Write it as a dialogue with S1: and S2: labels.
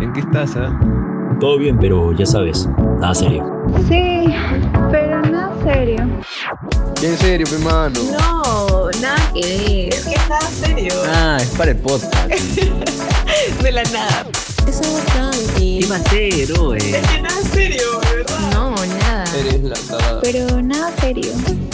S1: ¿en qué estás? ah?
S2: Todo bien, pero ya sabes, nada serio.
S3: Sí, pero no serio.
S1: En serio, mi mano.
S4: No, nada que ver.
S5: ¿Qué nada serio?
S1: Ah, es para el podcast.
S5: De la nada.
S4: Eso es bastante.
S2: más cero, eh?
S5: Es que nada serio, de verdad.
S4: No, nada.
S1: Eres la tarada.
S3: Pero nada serio.